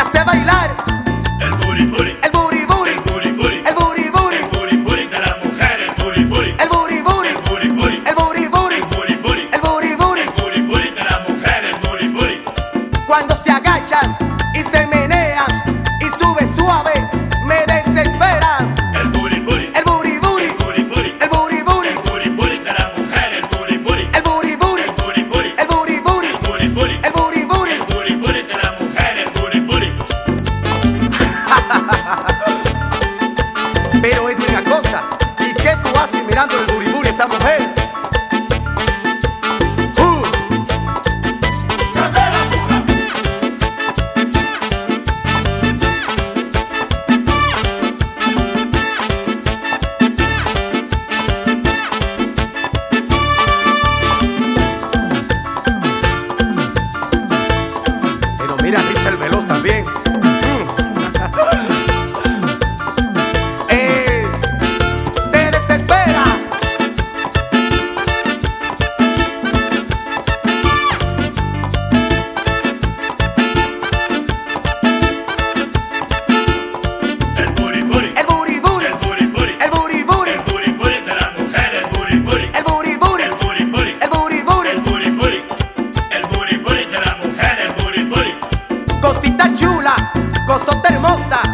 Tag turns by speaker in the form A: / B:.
A: hace bailar.
B: El booty booty.
A: El booty booty.
B: El booty booty.
A: El booty booty.
B: El booty booty de la mujer. El booty booty.
A: El booty booty.
B: El booty booty.
A: El booty booty.
B: El booty booty.
A: El booty booty.
B: El booty booty de la mujer. El booty booty.
A: Cuando se agachan y se menean y sube suave, me desesperan.
B: El booty booty.
A: El booty booty.
B: El booty booty.
A: El booty booty.
B: El booty booty de la mujer. El booty booty.
A: El booty booty.
B: El booty booty.
A: El booty booty.
B: El booty booty.
A: El booty booty.
B: El booty booty de la mujer. El booty booty.
A: Pero Edwin Acosta, ¿y qué tú haces mirando el buriburi esa mujer? Uh, Pero mira a Richard Veloz también. Eh, te desespera.
B: El booty booty.
A: El buriburi,
B: El booty booty.
A: el buriburi,
B: El booty booty de la mujer. El booty booty.
A: el buriburi,
B: El booty booty.
A: el buriburi.
B: El booty booty. El booty booty de la mujer. El booty booty.
A: Cosita chula, cosota hermosa,